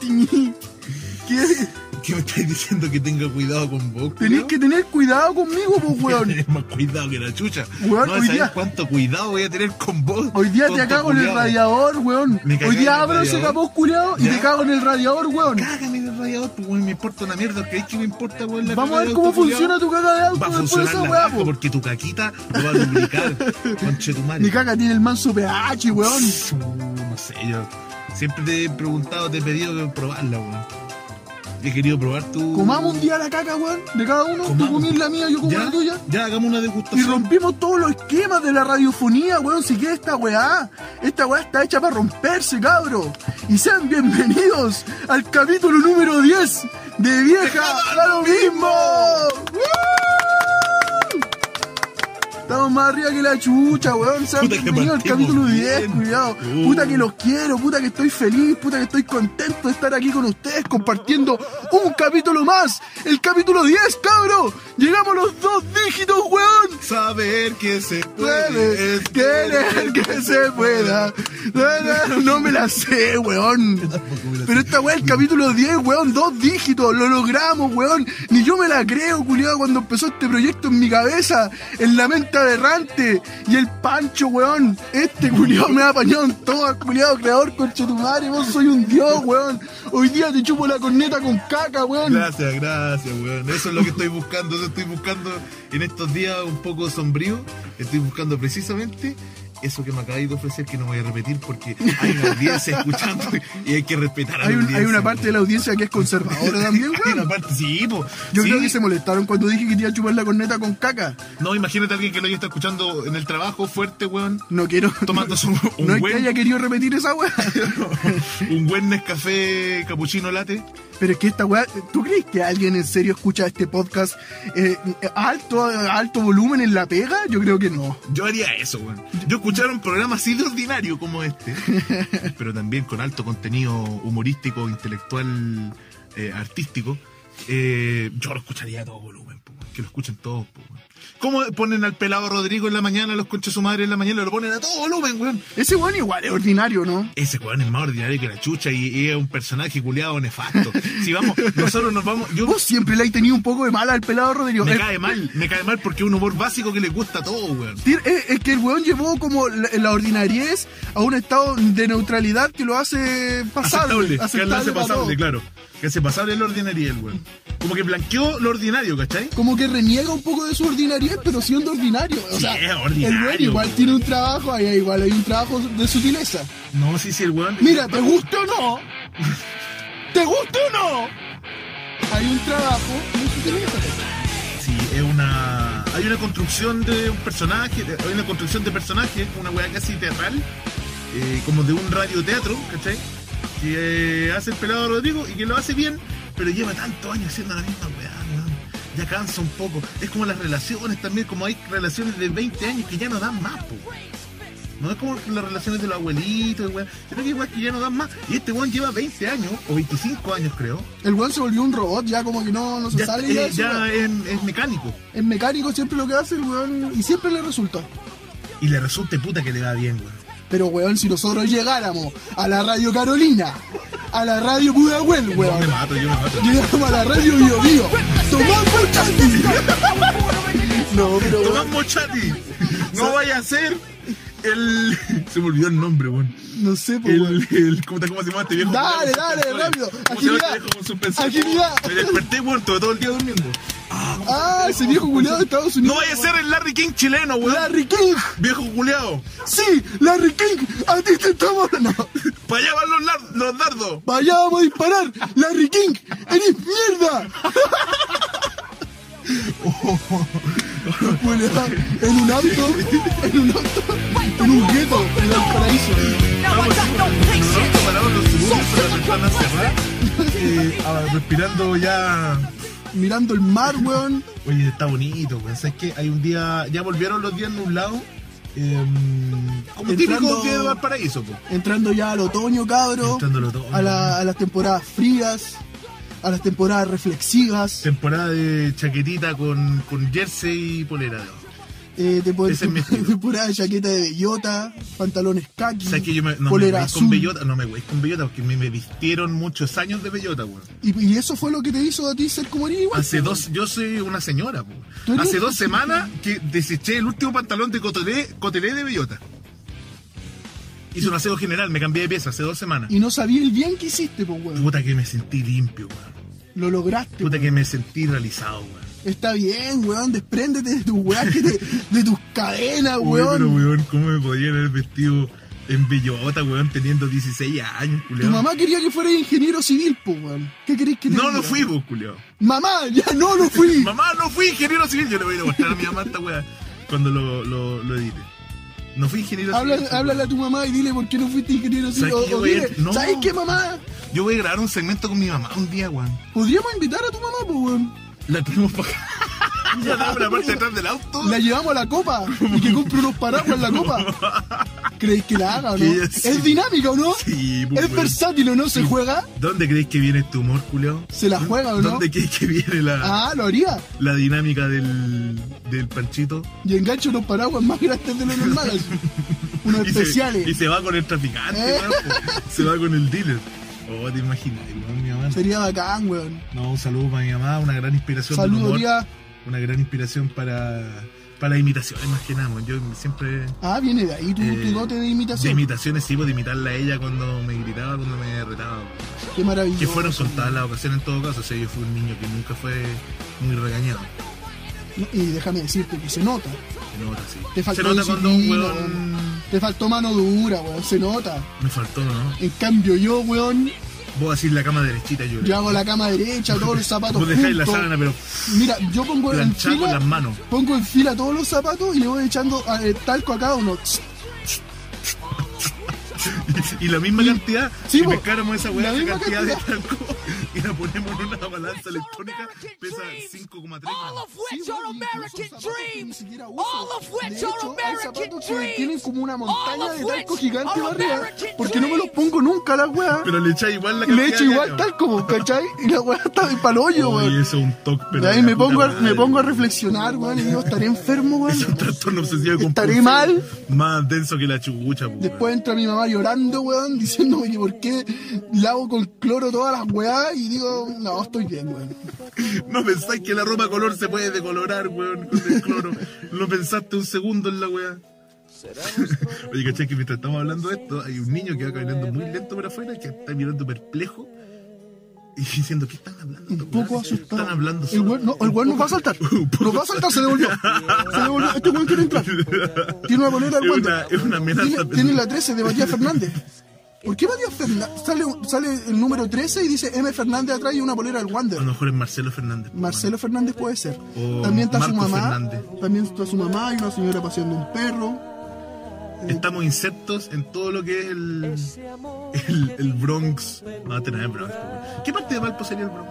tení. ¿Qué? ¿Qué me estáis diciendo que tenga cuidado con vos? Tenés que tener cuidado conmigo, pues, weón. Tienes más cuidado que la chucha. Weón, no hoy vas a saber día- cuánto cuidado voy a tener con vos. Hoy día te tonto cago en el culiao. radiador, weón. Me cagué Hoy en día el abro ese radiador. capó culiado y Ya. te cago en el radiador, weón. Cágame del radiador, pues weón, me importa una mierda. ¿Crees que me importa, weón? La Vamos a caga ver de cómo auto, culiao? funciona tu caca de Va a auto después de funcionar esa la weá, raja po. porque tu caquita lo va a duplicar. Conche tu madre. Mi caca tiene el manso pH, weón. No sé, yo siempre te he preguntado, te he pedido que probarla, weón. He querido probar tu. Comamos un día la caca, weón, de cada uno. Tú Comamos. comís la mía, yo como ¿Ya? la tuya. Ya, hagamos una Y degustación. rompimos todos los esquemas de la radiofonía, weón. Si queda esta weá, esta weá está hecha para romperse, cabro. Y sean bienvenidos al capítulo número 10 de Vieja a lo mismo. ¡Woo! Estamos más arriba que la chucha, weón. Sean Puta que bienvenidos al partimos capítulo 10, bien. cuidado. Uh. Puta que los quiero, puta que estoy feliz, puta que estoy contento de estar aquí con ustedes compartiendo un capítulo más. El capítulo 10, cabro. Llegamos a los dos dígitos, weón Saber que se puede. puede es querer que se pueda. No, no, no me la sé, weón. me la Pero esta weá, el capítulo 10, weón, dos dígitos, lo logramos, weón. Ni yo me la creo, culiado, cuando empezó este proyecto en mi cabeza, en la mente aberrante y el pancho, weón. Este culiado me ha apañado en todo, culiado, creador, concha tu madre, vos soy un dios, weón. Hoy día te chupo la corneta con caca, weón. Gracias, gracias, weón. Eso es lo que estoy buscando. Eso estoy buscando en estos días un poco sombrío. Estoy buscando precisamente eso que me acabáis de ofrecer, que no voy a repetir porque hay una audiencia escuchando y hay que respetar a la Hay, un- hay audiencia, una parte de la audiencia que es conservadora también, Hay una weón. parte, sí, po. Yo Sí. creo que se molestaron cuando dije que te iba a chupar la corneta con caca. No, imagínate a alguien que lo haya estado escuchando en el trabajo fuerte, weón. No quiero. Tomándose un, un no es buen. que haya querido repetir esa weá. un buen Nescafé capuchino latte. Pero es que esta weá. ¿Tú crees que alguien en serio escucha este podcast eh, a alto, a alto volumen en la pega? Yo creo que no. Yo haría eso, weón. Yo escuchar un programa así de ordinario como este, pero también con alto contenido humorístico, intelectual, eh, artístico. eh, yo lo escucharía a todo volumen, po, weón. que lo escuchen todos. po, weón. ¿Cómo ponen al pelado Rodrigo en la mañana, los conches su madre en la mañana? Lo ponen a todo volumen, weón. Ese weón igual es ordinario, ¿no? Ese weón es más ordinario que la chucha y, y es un personaje culiado nefasto. Si vamos, nosotros nos vamos. Yo, Vos eh, siempre le has tenido un poco de mala al pelado Rodrigo. me Es- cae mal, me cae mal porque es un humor básico que le gusta a todos, weón. Tir- Es, es que el weón llevó como la, la ordinariez a un estado de neutralidad que lo hace pasable. Aceptable, que lo hace para pasable, todos. claro. Que hace pasable la ordinaria, el weón. Como que blanqueó lo ordinario, ¿cachai? Como que reniega un poco de su ordinariedad, pero siendo ordinario. O Sí, sea, es el ordinario, pues, weón igual weón. tiene un trabajo, ahí igual hay un trabajo de sutileza. No, sí, sí, el weón. Mira, ¿te gusta o no? ¿Te gusta o no? Hay un trabajo de sutileza. Sí, es una. Hay una construcción de un personaje, de- hay una construcción de personajes, una weá casi teatral, eh, como de un radioteatro, ¿cachai? Que eh, hace el pelado Rodrigo y que lo hace bien, pero lleva tantos años haciendo la misma weá, weón. Ya cansa un poco. Es como las relaciones también, como hay relaciones de 20 años que ya no dan más, po. No es como las relaciones de los abuelitos, weón. Sino que igual que ya no dan más. Y este weón lleva 20 años, o 25 años creo. El weón se volvió un robot, ya como que no, no se Ya, sale. eh, ya de su ya weá. es- es mecánico. Es mecánico siempre lo que hace el weón y siempre le resulta. Y le resulte puta que le va bien, weón. Pero weón, si nosotros llegáramos a la Radio Carolina, a la Radio Pudahuel, Yo me weón, mato, yo me mato. llegáramos a la Radio Bio Bio, tomamos chanti. No, pero Tomás weón, Mochati, no vaya a ser el. Se me olvidó el nombre, weón. no sé, pues, weón. El, el, ¿cómo, te- ¿Cómo se llama este viejo? Dale, Con dale, suspensorio. rápido. ¿Cómo se llama este Agilidad. viejo con suspensorio? Agilidad. Me desperté, weón, estuve todo el día durmiendo. Ah, ese viejo culiado de Estados No Unidos. vaya a ser el Larry King chileno, weón. Larry King. Viejo culeado. Sí, Larry King, a ti te estamos... No, Para allá van los, lar- los dardos. vaya, vamos a disparar. Larry King, eres mierda. Culeado, en un auto, en un auto, en un gueto, en Valparaíso. Now I got no patience. Pronto pararon los segundos, pero se están a cerrar. Eh, ah, respirando ya. Mirando el mar, weón. Oye, está bonito, weón. ¿Sabes qué? Hay un día. Ya volvieron los días nublados. em, como Entrando- típico día de Valparaíso, pues. Entrando ya al otoño, cabro. Entrando al otoño. A, la- a las temporadas frías, a las temporadas reflexivas. Temporada de chaquetita con, con jersey y polera. eh, te pones Ese es mi estilo. te pones chaqueta de bellota, pantalones khaki, O sea, que yo me, no, me polera voy con azul. bellota, no me voy con bellota porque me, me vistieron muchos años de bellota, weón. Y, y eso fue lo que te hizo a ti ser como eres igual. Hace pues, dos, yo soy una señora, po. Tú eres- Hace dos semanas que deseché el último pantalón de cotelé, cotelé de bellota. Hice un aseo general, me cambié de pieza hace dos semanas. Y no sabía el bien que hiciste, pues, weón. Puta que me sentí limpio, weón. Lo lograste. Puta weón. que me sentí realizado, weón. Está bien, weón. Despréndete de tus weas que te- de tus cadenas, Uy, pero weón. weón, ¿cómo me podían haber vestido en bellota, weón, teniendo 16 años, Tu culiao? mamá quería que fueras ingeniero civil, pues, weón. ¿Qué querés que te No, diga? no fui, vos, culiao. Mamá, ya no lo fui. Mamá, no fui ingeniero civil. Yo le voy a ir a mostrar a mi mamá esta weá cuando lo, lo, lo edite. No fui ingeniero Habla- civil. háblale a tu mamá y dile por qué no fuiste ingeniero civil. ¿Sabes qué, O- o weón? dile, No. ¿Sabes qué, mamá? Yo voy a grabar un segmento con mi mamá un día, weón. Podríamos invitar a tu mamá, pues, weón. La tenemos para acá. Ya dame la parte de atrás del auto. La llevamos a la copa y que compre unos paraguas en la copa. ¿Creéis que la haga o no? Que ella sí. Es dinámica o no? Sí, pues, es weón. versátil o no? ¿Se Sí. juega? ¿Dónde crees que viene tu humor, culiao? ¿Se la juega o no? ¿Dónde crees que viene la, Ah, lo haría. la dinámica del, del panchito? Y engancho unos paraguas más grandes de los normales. Unos Y se- especiales. y se va con el traficante, Eh. weón, po. se va con el dealer. Oh, te imaginas, weón, mi mamá. Sería bacán, weón. No, un saludo para mi mamá, una gran inspiración. del Saludos, humor, tía. Una gran inspiración para, para imitaciones, más que nada. weón. Yo siempre. Ah, viene de ahí tu, eh, tu dote de De imitación. imitaciones, sí, pues, de imitarla a ella cuando me gritaba, cuando me retaba. weón. Qué maravilloso. Que fueron contadas las ocasiones en todo caso. O sea, yo fui un niño que nunca fue muy regañado. Y déjame decirte que se nota. Se nota, sí. Te Se faltó nota cuando un disciplina, weón. weón. Te faltó mano dura, weón. Se nota. Me faltó, ¿no? En cambio yo, weón, Vos así la cama derechita, yo. yo hago la cama derecha, todos los zapatos Vos dejáis la juntos. sábana, pero Mira, yo pongo en planchada con fila, las manos. pongo en fila todos los zapatos y le voy echando eh, talco a cada uno. y la misma cantidad, sí, si po. pescáramos esa weá, La esa misma cantidad, cantidad. de talco y la ponemos en una balanza electrónica, pesa 5,3 All gramos. of which are Sí, weón, incluso American zapatos que ni dreams. siquiera uso. All of De which hecho, are hay American zapatos que tienen dreams. como una All montaña of de which talco gigante are arriba, American porque no me los dreams. pongo nunca la weá. Pero le echa igual la cantidad. Le echo igual diaria, tal como, ¿cachai? Y la weá está para el hoyo, po. Oye, weón. eso es un toque, pero. De ahí de me la puta pongo, a, madre. me pongo a reflexionar, weón, y digo, estaré enfermo, Es un weón. trastorno obsesivo con Estaré mal. Más denso que la chugucha, po, weón. Después entra mi mamá llorando, weón, diciéndome que por qué lavo con cloro todas las weás y digo, no, estoy bien, weón. No pensáis que la ropa color se puede decolorar, weón, con el cloro. Lo pensaste un segundo en la weá. Oye, ¿cachai? Que mientras estamos hablando de esto, hay un niño que va caminando muy lento por afuera, que está mirando perplejo y diciendo, ¿qué están hablando? Un poco asustado. Están hablando El solo. weón, no, el weón nos va a saltar. Nos va a saltar, se devolvió. Se devolvió. Este weón quiere entrar. Tiene una bolera al Es guante. una, es una Tiene, amenaza. tiene la 13 de Matías Fernández. ¿Por qué Matías Fernández? Sale, sale el número 13 y dice M. Fernández atrás y una bolera del A Wander. lo mejor es Marcelo Fernández. po, Marcelo Fernández puede ser. O también está Marco su mamá. Fernández. También está su mamá y una señora paseando un perro. weón. Estamos insertos en todo lo que es el, el, el Bronx. No, este no es Bronx. po, weón. ¿Qué parte de Valpo sería el Bronx?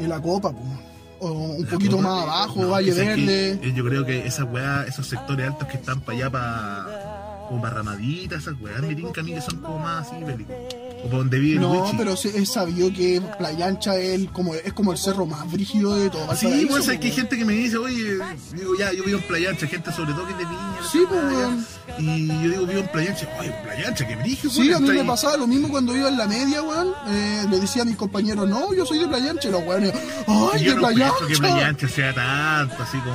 En la copa, po. O un poquito más abajo, No, Valle es aquí, Verde. eh, yo creo que esas weas, esos sectores altos que están para allá, para. como para Ramadita, esas weas, me tinca a mí que son como más así, bélicos. O para donde vive el No, Wichi. pero sí, es sabido que Playa Ancha es el- como, es como el cerro más brígido de todo. Sí, Valparaíso, pues po. es que hay gente que me dice, oye, digo, ya, yo vivo en Playa Ancha, gente sobre todo que es de Viña. Sí, la pues, weá, ya. weón. Y yo digo, vivo en Playa Ancha, oye, Playa Ancha, qué brígido, Sí, a mí me pasó. pasaba lo mismo cuando iba en la media, weón. Eh, le decía a mis compañeros, no, yo soy de Playa Ancha. Y los weones, ¡ay, yo de no Playa pienso que Ancha! Playa Ancha sea tanto, así como.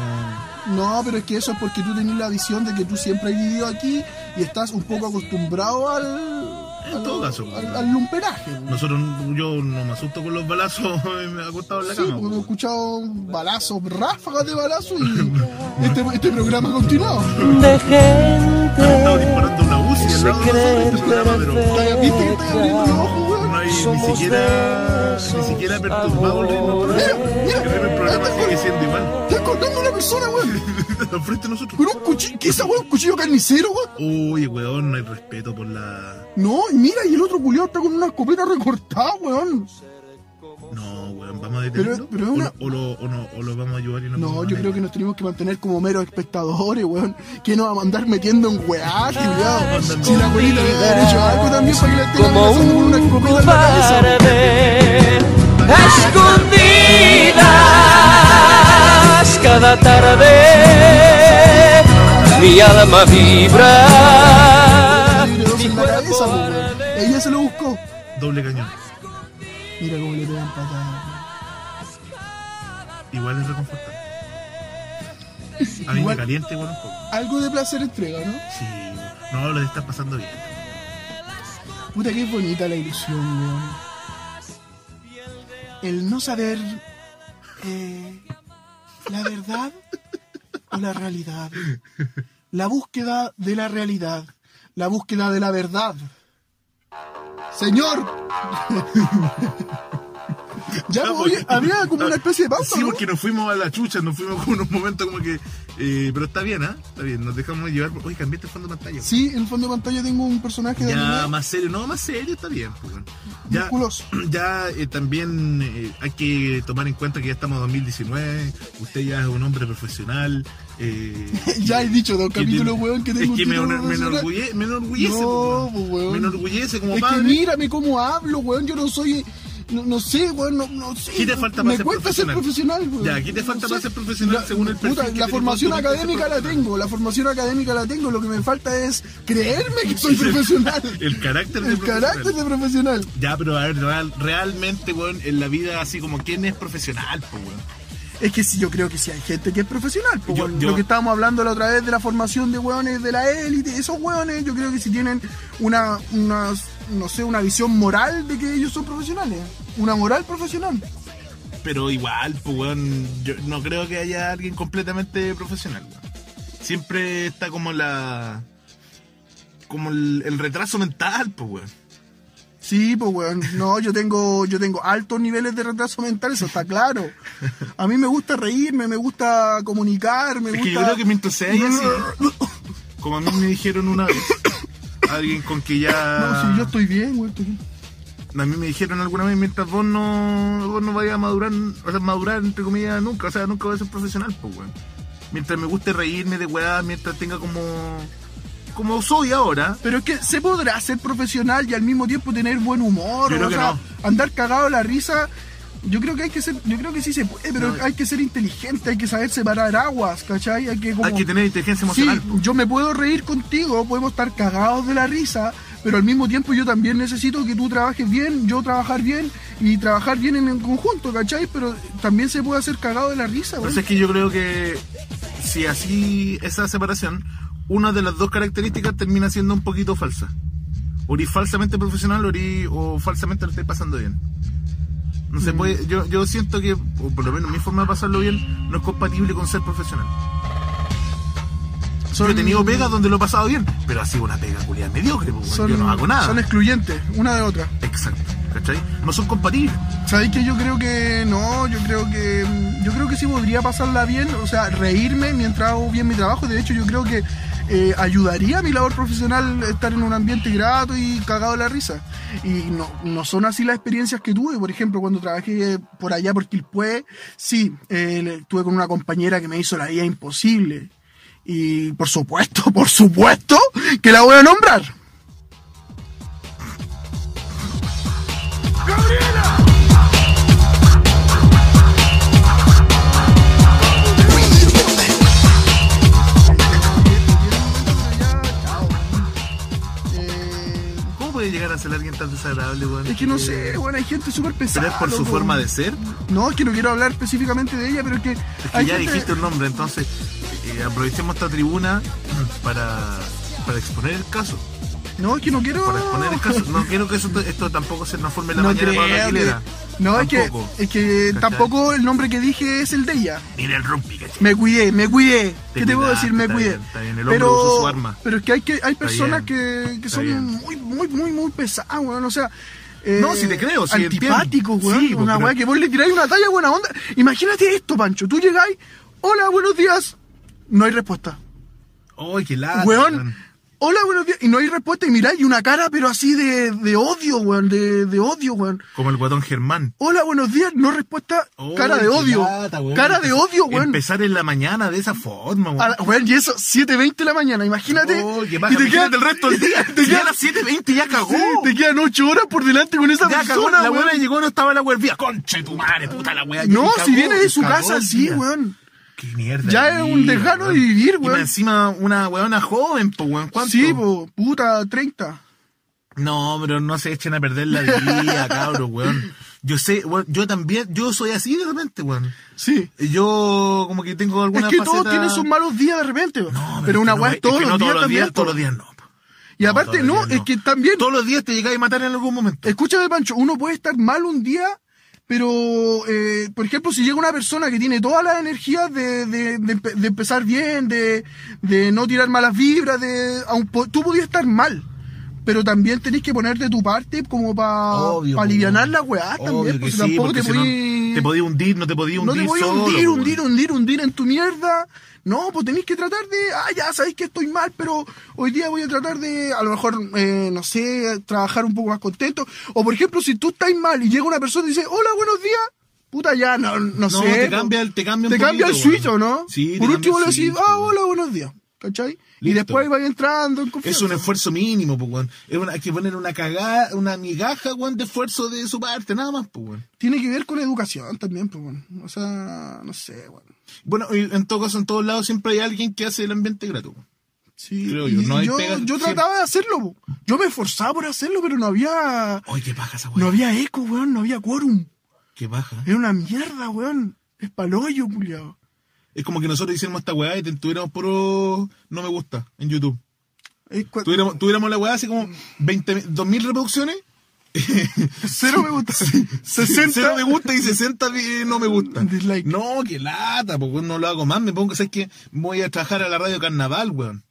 No, pero es que eso es porque tú tenés la visión de que tú siempre has vivido aquí y estás un poco acostumbrado al. al- todo caso, Al, weón. al lumperaje. weón. Nosotros, yo no me asusto con los balazos, me acostado en la Sí, pues, cama. porque he escuchado balazos, ráfagas de balazos y este, este programa ha continuado. de gente Han estado disparando una UCI al lado de nosotros en este programa, pero. ¿Viste que estoy abriendo los ojos, weón? No hay ni siquiera, ni siquiera perturbado el ritmo del programa. Mira, El ritmo del programa mira. sigue siendo igual. Estás cortando a una persona, weón. Al frente de nosotros. Con un cuchillo, ¿qué es esa, weón? ¿Un cuchillo carnicero, weón? Uy, weón, no hay respeto por la. No, y mira, y el otro culiado está con una escopeta recortada, weón. No, weón, vamos a detenerlo. Pero- pero es una- o, o lo, o no- o lo vamos a ayudar y no No, podemos yo creo manejar. que nos tenemos que mantener como meros espectadores, weón. Que nos vamos a andar metiendo en weá, Ah, culiado? Si la abuelita le da derecho a algo también para que le estén como amenazando con una un escopeta en la cabeza. cobarde a escondidas cada tarde mi alma vibra. Le dio Mi en la cabeza, cuerpo po, weón. arde. Ella se lo buscó. Doble cañón. Mira cómo le pegan patada. Igual es reconfortante. A mí me Igual. calienta igual un poco. Algo de placer entrega, ¿no? Sí. No, lo de estar pasando bien. Puta que bonita la ilusión, weón. El no saber eh, la verdad o la realidad. La búsqueda de la realidad. La búsqueda de la verdad. Señor. ya pues, No, oye, Ah, porque- había como una especie de pausa. Sí, ¿no? porque nos fuimos a la chucha, nos fuimos como en un momento como que. eh, pero está bien, ¿ah? Está bien, nos dejamos llevar. Oye, cambiaste el fondo de pantalla. Sí, en el fondo de pantalla tengo un personaje de Ya, anime más serio, no, más serio está bien. pues, bueno. Ya, musculoso. ya eh, también eh, hay que tomar en cuenta que ya estamos en 2019, usted ya es un hombre profesional. eh, ya he dicho dos que capítulos, tiene- weón, que Es tengo que un me, título me, profesional. enorgulle- me enorgullece, No, pues, pues, bueno. weón. me enorgullece como Es que padre. mírame cómo hablo, weón. Yo no soy. No, no sé, weón. No, no sé. ¿Qué te falta para Me ser cuesta ser profesional, weón. Ya, ¿qué te falta para ser profesional La- según el perfil puta, que La tenés formación vos? ¿Tú quieres ser académica la profesional? tengo. La formación académica la tengo. Lo que me falta es creerme que soy profesional. El carácter de El carácter de profesional. Ya, pero a ver, real- realmente, weón, en la vida así como, ¿quién es profesional, pues, weón? Es que sí, yo creo que sí hay gente que es profesional. po, Yo- weón. yo- Lo que estábamos hablando la otra vez de la formación de hueones de la élite, esos hueones, yo creo que sí tienen una, una, no sé, una visión moral de que ellos son profesionales. Una moral profesional. Pero igual, pues, weón, yo no creo que haya alguien completamente profesional, weón. Siempre está como la. como el, el retraso mental, pues, weón. Sí, pues weón, no, yo tengo, yo tengo altos niveles de retraso mental, eso está claro. A mí me gusta reírme, me gusta comunicar, me Es gusta. que yo creo que mientras sea haya sido, como a mí me dijeron una vez, alguien con que ya. No, si yo estoy bien, weón, estoy bien. A mí me dijeron alguna vez, mientras vos no, vos no vayas a madurar, o sea, madurar entre comillas nunca, o sea, nunca vas a ser profesional, pues, weón. Mientras me guste reírme de weá, mientras tenga como. como soy ahora. Pero es que se podrá ser profesional y al mismo tiempo tener buen humor, Yo creo o que sea, no. andar cagado a la risa. Yo creo que hay que ser, yo creo que sí se puede, pero No. hay que ser inteligente, hay que saber separar aguas, ¿cachai? Hay que como- Hay que tener inteligencia Sí, emocional, pues, po. yo me puedo reír contigo, podemos estar cagados de la risa, pero al mismo tiempo yo también necesito que tú trabajes bien, yo trabajar bien y trabajar bien en el conjunto, ¿cachai? Pero también se puede hacer cagado de la risa, Por weón. eso es que yo creo que si así esa separación, una de las dos características termina siendo un poquito falsa. O eres falsamente profesional o, eres- o falsamente lo estáis pasando bien. No Mm. se puede, yo, yo siento que, o por lo menos mi forma de pasarlo bien, no es compatible con ser profesional. Solo he tenido pegas donde lo he pasado bien, pero ha sido una pega culiada mediocre, pues, weón. yo no hago nada. son excluyentes, una de otra. Exacto, ¿cachai? No son compatibles. ¿Sabéis que yo creo que no? Yo creo que yo creo que sí podría pasarla bien, o sea, reírme mientras hago bien mi trabajo. De hecho, yo creo que eh, ayudaría a mi labor profesional estar en un ambiente grato y cagado de la risa. Y no, no son así las experiencias que tuve. Por ejemplo, cuando trabajé por allá por Quilpué, sí, eh, le- estuve con una compañera que me hizo la vida imposible. Y por supuesto, por supuesto, que la voy a nombrar. Eh, ¿Cómo puede llegar a ser alguien tan desagradable, weón? Eh, Es que no sé, bueno, hay gente súper Pero pesada. es por su loco. forma de ser. No, es que no quiero hablar específicamente de ella, pero es que. Es que ya dijiste un nombre, entonces eh, aprovechemos esta tribuna para, para exponer el caso. No, es que no quiero. Para exponer el caso. No quiero que eso, esto tampoco se nos forme en la no mañana creo de Pablo Aguilera. que- No, es que, Tampoco. es que ¿Cachai? tampoco el nombre que dije es el de ella. Mira el rugby, ¿cachai? Me cuidé, me cuidé. Te ¿Qué te puedo cuidaste, decir? Me está cuidé. bien, está bien, el hombre usó pero, su arma. pero es que hay que hay personas bien, que, que está son bien. muy, muy, muy, muy pesadas, weón. O sea. No, sí te creo, sí, Antipático, entiendo. weón. Sí, pues, una pero- weá que vos le tiráis una talla buena onda. Imagínate esto, Pancho. Tú llegáis, hola, buenos días. No hay respuesta. ¡Ay, qué lata! Weón. Hola, buenos días. Y no hay respuesta. Y mirá, y una cara, pero así de, de odio, weón. De, de odio, weón. Como el guatón Germán. Hola, buenos días. No respuesta. ¡Ay, cara de Oh, qué odio. lata, weón! cara de odio, weón. Empezar en la mañana de esa forma, A weón. la- Ah, weón, y eso, 7.20 de la mañana, imagínate. Oh, qué paja. y te Imagínate quedan el resto del día. Te Si ya a quedan, las 7.20 ya cagó. sí, te quedan 8 horas por delante con esa Ya cagó. persona, La weón. weona llegó, no estaba en la huelvía. Conche tu madre, puta la wea. No, Cagó, si viene de su cagó casa, el sí, día. weón. Qué mierda. Ya de es vida, un lejano de vivir, Y más weón. encima una weona joven, pues, weón. ¿Cuánto? Sí, po, puta, 30. No, pero no se echen a perder la vida, cabros, weón. Yo sé, weón, yo también, yo soy así de repente, weón. Sí. Yo como que tengo Es alguna que faceta... todos tienen sus malos días de repente. No, pero, es que una no, weá es es que todos no los días también. po. Todos los días no. po. y No, aparte, todos los no, días es que también. Todos los días te llegáis a matar en algún momento. Escúchame, Pancho, uno puede estar mal un día, pero, eh, por ejemplo, si llega una persona que tiene todas las energías de, de- de empe- de empezar bien, de, de no tirar malas vibras, de aun po- tú podías estar mal, pero también tenés que poner de tu parte como para Obvio, pues, aliviar weón. las weás Obvio también, que pues, sí, tampoco porque te si no, podís... te podís hundir, no te podís No hundir te podías solo, pues. hundir, po, hundir, weón. hundir, hundir en tu mierda. No, pues tenés que tratar de, ah, ya sabéis que estoy mal, pero hoy día voy a tratar de, a lo mejor, eh, no sé, trabajar un poco más contento. O por ejemplo, si tú estás mal y llega una persona y dice, hola, buenos días, puta, ya, no, no, sé. te po- cambia el- te cambia un cambia el poquito, switch, ¿o no? weón. Sí, te por cambia último el le decís, switch, ah, weón. hola, buenos días, ¿cachai? Y Listo. después va entrando en confianza. Es un esfuerzo mínimo, pues, weón. Es una- hay que poner una cagada, una migaja, weón, de esfuerzo de su parte, nada más, pues, weón. Tiene que ver con educación también, pues, bueno. O sea, no sé, bueno. Bueno, y en todo caso, en todos lados siempre hay alguien que hace el ambiente grato. weón. Sí, Creo y- yo, no y hay yo, pega- yo siempre. trataba de hacerlo, po. yo me esforzaba por hacerlo, pero no había Oye, qué paja esa weón. no había eco, weón, no había quórum. Qué paja. Era una mierda, weón. Es paloyo, culiao. Es como que nosotros hiciéramos esta weá y te- tuviéramos puro no me gusta en YouTube. Es cua- Tuviéramos, tuviéramos la weá así como 20, 2000 reproducciones. Cero me gusta. 60. Cero me gusta y 60 di- no me gusta. Dislike. No, qué lata, porque no lo hago más. Me pongo, ¿sabes qué? Voy a trabajar a la radio carnaval, weón.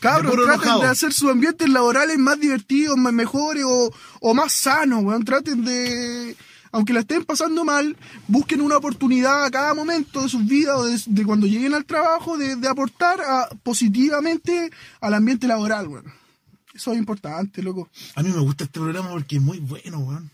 Cabros, de puro traten enojado. de hacer sus ambientes laborales más divertidos, más mejores o, o más sanos, weón. Traten de. Aunque la estén pasando mal, busquen una oportunidad a cada momento de sus vidas o de, de cuando lleguen al trabajo de, de aportar a- positivamente al ambiente laboral, weón. Eso es importante, loco. A mí me gusta este programa porque es muy bueno, weón.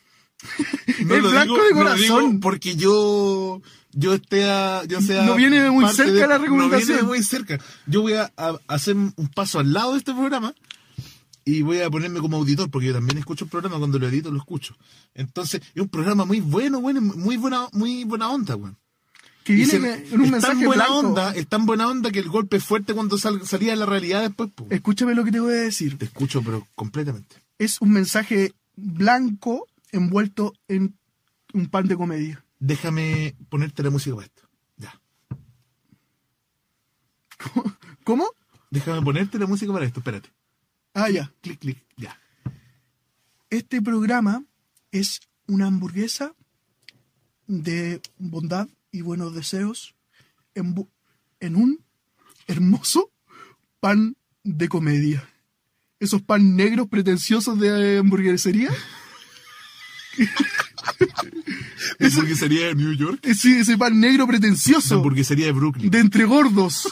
Es blanco de no lo digo corazón. porque yo, yo esté a- yo sea. No viene de muy parte cerca la No viene de recomendación. muy cerca. Yo voy a, a- a hacer un paso al lado de este programa y voy a ponerme como auditor porque yo también escucho el programa cuando lo edito lo escucho. Entonces es un programa muy bueno, weón, es muy buena, muy buena onda, weón. Que Y viene se- en un es mensaje tan buena blanco. onda, es tan buena onda que el golpe es fuerte cuando sal- salía de la realidad después. po. Escúchame lo que te voy a decir. Te escucho, pero completamente. Es un mensaje blanco envuelto en un pan de comedia. Déjame ponerte la música para esto. Ya. ¿Cómo? Déjame ponerte la música para esto, espérate. Ah, ya. Clic, clic, ya. Este programa es una hamburguesa de bondad y buenos deseos en, bu- en un hermoso pan de comedia. Esos pan negros pretenciosos de eh, hamburguesería. La hamburguesería de New York. Eh, Sí, ese pan negro La pretencioso. hamburguesería de Brooklyn. de entre gordos.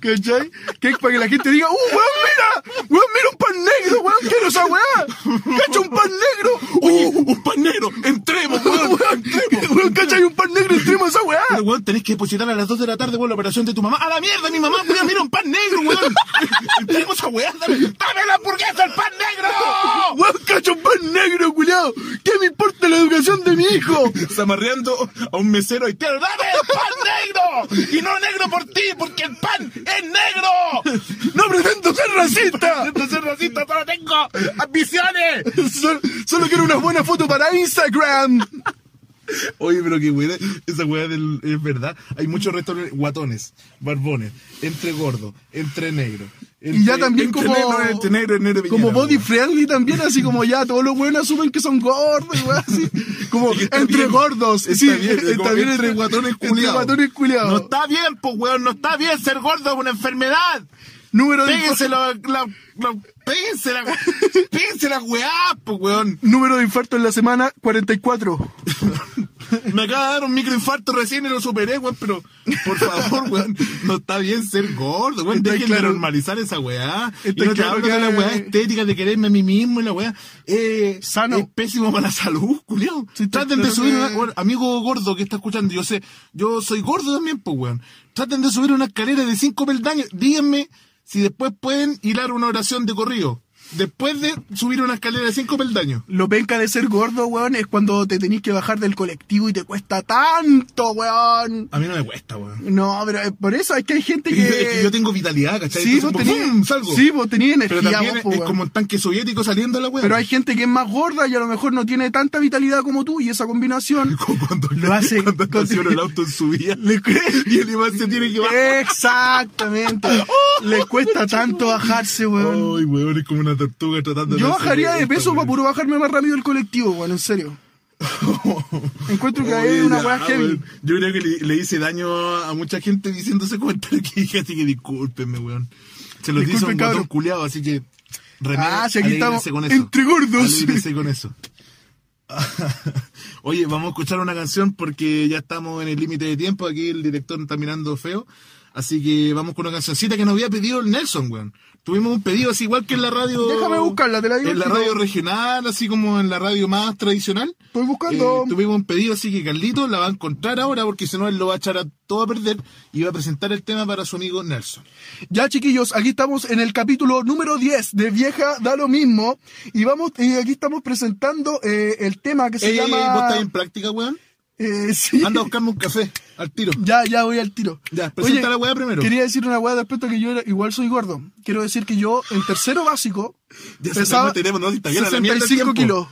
¿Cachai? Que es para que la gente diga, ¡uh, weón, mira! ¡Weón, mira un pan negro, weón! ¡Quiero esa weá! ¡Cacha un pan negro! Oye, un pan negro, entremos, ¡Weón, weón, weón, cacha, hay un pan negro extremo de esa weá! Pero, weón, tenés que depositar a las 2 de la tarde, weón, la operación de tu mamá. ¡A la mierda, mi mamá! Mira, mira un pan negro, weón. Entremos a weá, dame, dame la hamburguesa, el pan negro. ¡Weón, cacha un pan negro, culiao! ¿Qué me importa la educación de mi hijo? Zamarreando a un mesero haitiano. ¡Dame el pan negro! Y no negro por ti, porque el pan es negro. ¡No pretendo ser racista! Siento ser racista, pero tengo ambiciones. Solo, solo quiero una buena foto para Instagram. Oye, pero qué weá, esa weá del- es verdad. Hay muchos restaurantes guatones, barbones, entre gordo, entre negro. Y ya también entre como, negro, entre negro, negro, como Piñera, body weón. friendly también, así como ya todos los buenos asumen que son gordos, weón, así. Como Y está entre bien, gordos, está sí, bien, está como bien entre guatones Entre culiados. guatones culiados. No está bien, pues weón, no está bien ser gordo, es una enfermedad. número, de, Péguense infar- la, la, la- péguense la, péguense la weá, pues weón. número de infartos en la semana, 44. Me acaba de dar un microinfarto recién y lo superé, weón, pero por favor, weón, no está bien ser gordo, weón. Está Dejen claro. de normalizar esa weá. Está y no te claro hablo que- de la weá estética, de quererme a mí mismo y la weá. Eh, Sano. Es pésimo para la salud, culiao. Sí, está Traten de claro subir que- una. weón, amigo gordo que está escuchando, yo sé, yo soy gordo también, pues, weón. Traten de subir una escalera de cinco peldaños. Díganme si después pueden hilar una oración de corrido. después de subir una escalera de 5 peldaños. Lo penca de ser gordo, weón, es cuando te tenés que bajar del colectivo y te cuesta tanto, weón. A mí no me cuesta, weón. No, pero eh, por eso es que hay gente Es que- es que... que yo tengo vitalidad, ¿cachai? Sí, vos Entonces, pum, tenés, pum, salgo. sí, vos tenés Pero energía, también vos, es, po, es weón. como un tanque soviético saliendo la weón. Pero hay gente que es más gorda y a lo mejor no tiene tanta vitalidad como tú y esa combinación... cuando, Lo hace- cuando estaciona el auto en subida y el imán se tiene que bajar. Eh, Exactamente. Le cuesta tanto bajarse, weón. Ay, weón, es como una tortuga tratando de Yo hacer bajaría de esta, peso para weón. puro bajarme más rápido el colectivo, weón, en serio. Encuentro que Oye, hay una Oh, ya, weá heavy. weón. Yo creo que le, le hice daño a mucha gente diciéndose cuenta que dije, así que discúlpenme, weón. Se los dice Disculpen, un botón cabrón. culiado, así que. Ah, si aquí alégrense estamos con eso. entre gordos. Alégrense con eso. Oye, vamos a escuchar una canción porque ya estamos en el límite de tiempo. Aquí el director está mirando feo. Así que vamos con una cancioncita que nos había pedido el Nelson, weón. Tuvimos un pedido así igual que en la radio. Déjame buscarla, te la digo En la al tiro. radio regional, así como en la radio más tradicional. Estoy buscando. Eh, tuvimos un pedido, así que Carlito la va a encontrar ahora, porque si no él lo va a echar a todo a perder y va a presentar el tema para su amigo Nelson. Ya, chiquillos, aquí estamos en el capítulo número 10 de Vieja da lo mismo. Y vamos, y aquí estamos presentando eh, el tema que se Ey, ey, ey, ¿Vos estás en llama. práctica, weón? eh, sí. Anda a buscarme un café, al tiro. Ya, ya voy al tiro. Ya, presenta la weá primero. Quería decir una weá respecto a que yo era- igual soy gordo. Quiero decir que yo, en tercero básico, Ya se pesaba nos tenemos, ¿no? Si está bien a la mierda el 65 tiempo. kilos.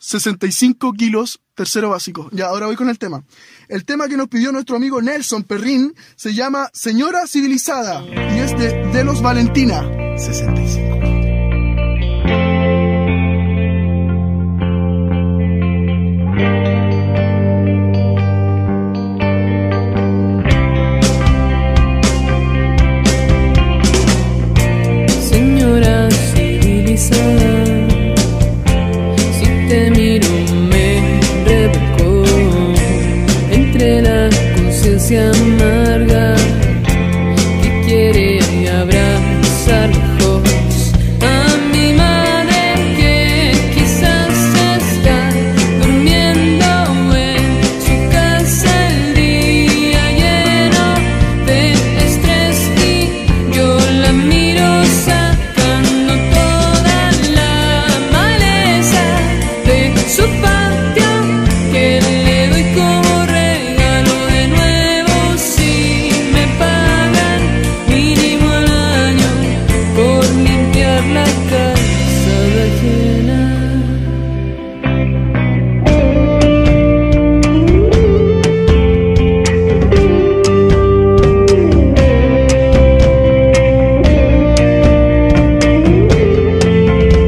65 kilos, tercero básico. Ya, ahora voy con el tema. El tema que nos pidió nuestro amigo Nelson Perrin se llama Señora Civilizada y es de Delos Valentina. 65. Señora civilizada, si te miro me revolcó entre la conciencia amarga que quiere abrazar lejos a mi madre que quizás está durmiendo en su casa el día lleno de estrés y yo la miro sacando toda la maleza de su patio que le doy como regalo de nuevo si me pagan mínimo al año por limpiar la casa de ajena.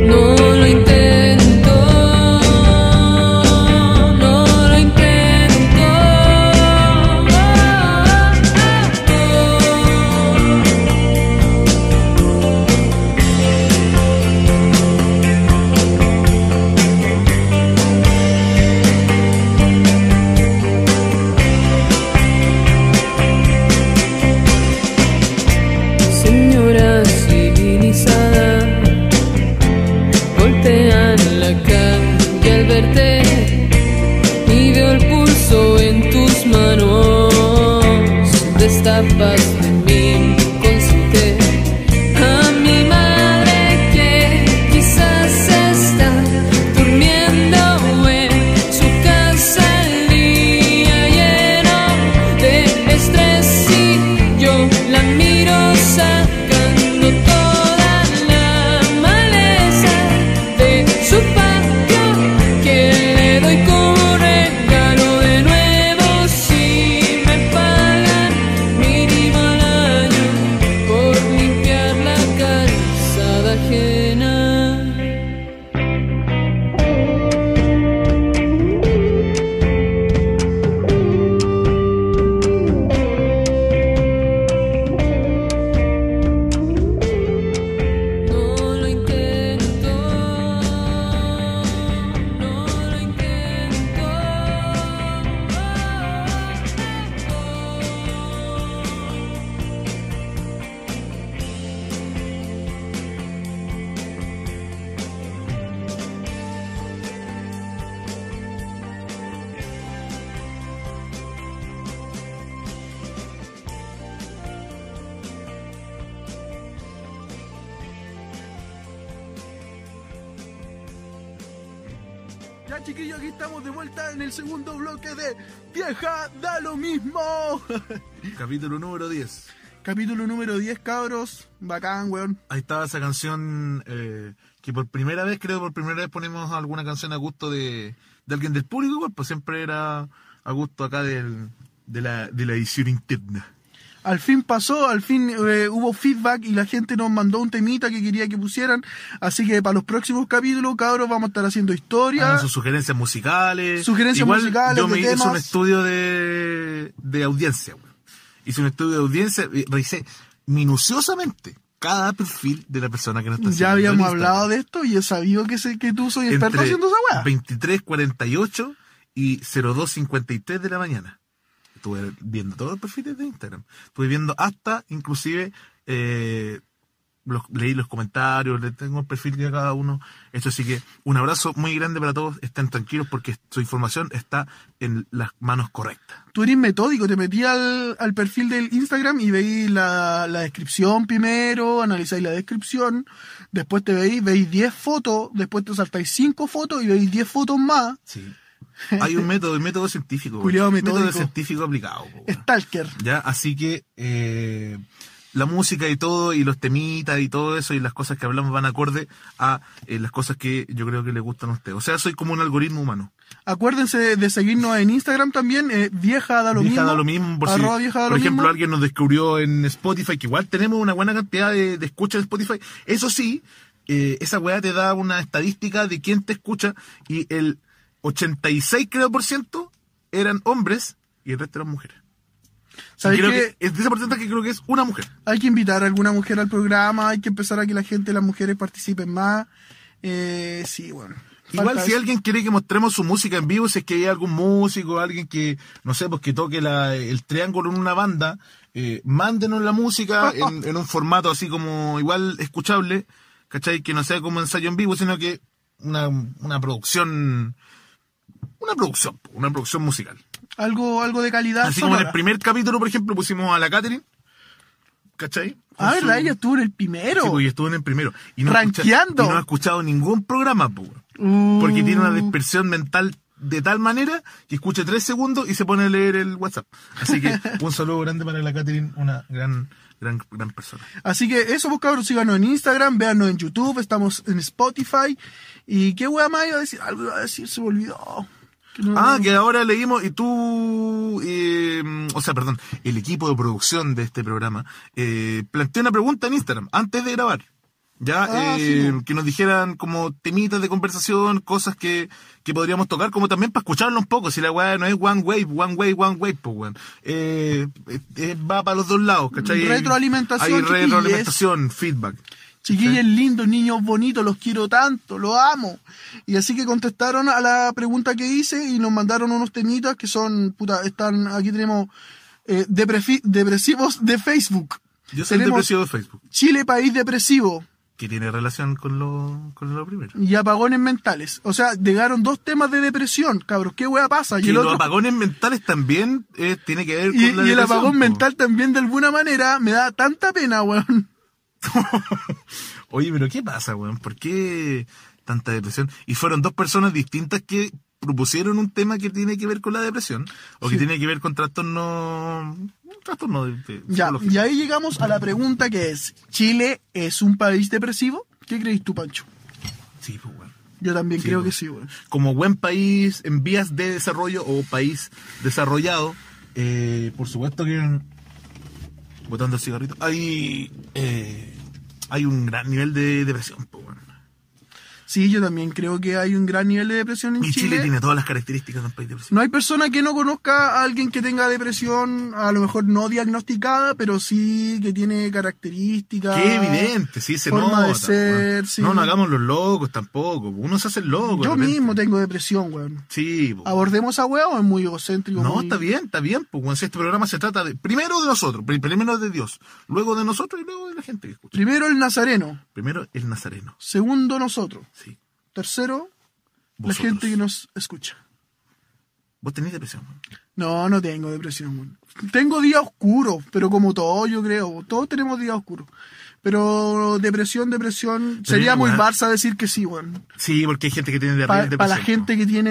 No lo intento, no lo intento, señora civilizada. Voltean la calle al verte y veo el pulso en tus manos. Destapas de mí consente a mi madre que quizás está durmiendo en su casa el día lleno de estrés y yo la miro sacando toda la maleza de su patio que le doy como regalo de nuevo si me pagan mínimo al Ya chiquillos, aquí estamos de vuelta en el segundo bloque de Vieja da lo mismo. Capítulo número 10. Capítulo número 10, cabros. Bacán, weón. Ahí estaba esa canción eh, que por primera vez, creo, por primera vez ponemos alguna canción a gusto de, de alguien del público, igual, pues siempre era a gusto acá del, de, la, de la edición interna. Al fin pasó, al fin eh, hubo feedback y la gente nos mandó un temita que quería que pusieran. Así que para los próximos capítulos, cabros, vamos a estar haciendo historia. Hagan sus sugerencias musicales. Sugerencias Igual, musicales, Yo de me hice un temas. estudio de, de audiencia, güey. Hice un estudio de audiencia, y revisé minuciosamente cada perfil de la persona que nos está Ya siguiendo en habíamos Instagram. hablado de esto y he sabido que, sé que tú soy experto Entre haciendo esa weá. 23.48 y 02.53 de la mañana. Estuve viendo todos los perfiles de Instagram. Estuve viendo hasta, inclusive, eh, los, leí los comentarios, le tengo el perfil de cada uno. Esto así que un abrazo muy grande para todos. Estén tranquilos porque su información está en las manos correctas. Tú eres metódico, te metí al, al perfil del Instagram y veis la, la descripción primero, analizáis la descripción, después te veis, veis 10 fotos, después te saltáis 5 fotos y veis 10 fotos más. Sí. Hay un método, un método científico. Culiao Un método metódico. científico aplicado. po, weón. Stalker. ¿ya? Así que eh, la música y todo, y los temitas y todo eso, y las cosas que hablamos van acorde a eh, las cosas que yo creo que les gustan a ustedes. O sea, soy como un algoritmo humano. Acuérdense de, de seguirnos en Instagram también, eh, vieja da lo vieja mismo. da lo mismo. Por, si- arroba vieja da por lo ejemplo, mismo. alguien nos descubrió en Spotify, que igual tenemos una buena cantidad de, de escuchas en Spotify. Eso sí, eh, esa weá te da una estadística de quién te escucha, y el 86, creo, por ciento eran hombres y el resto eran mujeres. ¿Sabes Creo qué? que es de ese porcentaje creo que es una mujer. Hay que invitar a alguna mujer al programa, hay que empezar a que la gente, las mujeres participen más. Eh, sí, bueno. Igual Falta si eso. alguien quiere que mostremos su música en vivo, si es que hay algún músico, alguien que, no sé, pues que toque la- el triángulo en una banda, eh, mándenos la música en, en un formato así como igual escuchable, ¿cachai? Que no sea como ensayo en vivo, sino que una, una producción, una producción, po, una producción musical. Algo, algo de calidad. Así como en el sonora. primer capítulo, por ejemplo, pusimos a la Catherine, ¿cachai? Ah, Con su- ¿verdad? Ella estuvo en el primero. pues, Sí, pues, y estuvo en el primero. Y no, Ranqueando. Mm. escucha- y no ha escuchado ningún programa, po, weón. Porque tiene una dispersión mental de tal manera que escucha tres segundos y se pone a leer el WhatsApp. Así que un saludo grande para la Catherine, una gran, gran, gran persona. Así que eso, pues cabros, síganos en Instagram, véanos en YouTube, estamos en Spotify. ¿Y qué wea más iba a decir? Algo iba a decir, se me olvidó. Que no- Ah, que ahora leímos y tú, eh, o sea, perdón, el equipo de producción de este programa eh, planteó una pregunta en Instagram antes de grabar. Ya, Ah, eh, sí, po. que nos dijeran como temitas de conversación, cosas que, que podríamos tocar, como también para escucharlo un poco, si la weá no es one way, one way, one way, pues weón. Eh, eh, eh, va para los dos lados, ¿cachai? Retroalimentación, Hay chiquillos. retroalimentación, feedback. Chiquillos lindos, niños bonitos, los quiero tanto, los amo. Y así que contestaron a la pregunta que hice y nos mandaron unos temitas que son, puta, están, aquí tenemos eh, deprefi- depresivos de Facebook. Yo soy el Tenemos depresivo de Facebook, Chile, país depresivo. que tiene relación con lo, con lo primero. Y apagones mentales. O sea, llegaron dos temas de depresión, cabros. ¿Qué wea pasa? Y, Y el los otro apagones mentales también eh, tiene que ver Y, con la y el depresión, apagón po. mental también de alguna manera me da tanta pena, weón. Oye, pero ¿qué pasa, weón? ¿Por qué tanta depresión? Y fueron dos personas distintas que propusieron un tema que tiene que ver con la depresión o que tiene que ver con trastorno, trastorno de, de Ya, psicológico. y ahí llegamos a la pregunta que es, ¿Chile es un país depresivo? ¿Qué crees tú, Pancho? Sí, pues, weón. Yo también Sí, creo weón. que sí, weón. Como buen país en vías de desarrollo o país desarrollado, eh, por supuesto que botando el cigarrito, hay eh, hay un gran nivel de depresión, pues, weón. Sí, yo también creo que hay un gran nivel de depresión en Y Chile, Chile. tiene todas las características de un país depresivo. No hay persona que no conozca a alguien que tenga depresión, a lo mejor no diagnosticada, pero sí que tiene características. Qué evidente, sí, se forma nota. de ser, weón. sí. No nos hagamos los locos tampoco. Uno se hace el loco. pues, de Yo repente. mismo tengo depresión, weón. Sí, po. ¿Abordemos a weón o es muy egocéntrico? No, muy- está bien, está bien. Pues, weón, si este programa se trata de, primero de nosotros, pri- primero de Dios, luego de nosotros y luego de la gente que escucha. Primero el nazareno, Primero el nazareno. segundo nosotros, Sí. tercero Vosotros. la gente que nos escucha. Vos tenés depresión. weón. No, no tengo depresión. weón. Tengo días oscuros, pero como todo, yo creo. Todos tenemos días oscuros. Pero depresión, depresión. Sería muy una- Barça decir que sí, weón. Sí, porque hay gente que tiene de Para de la gente que tiene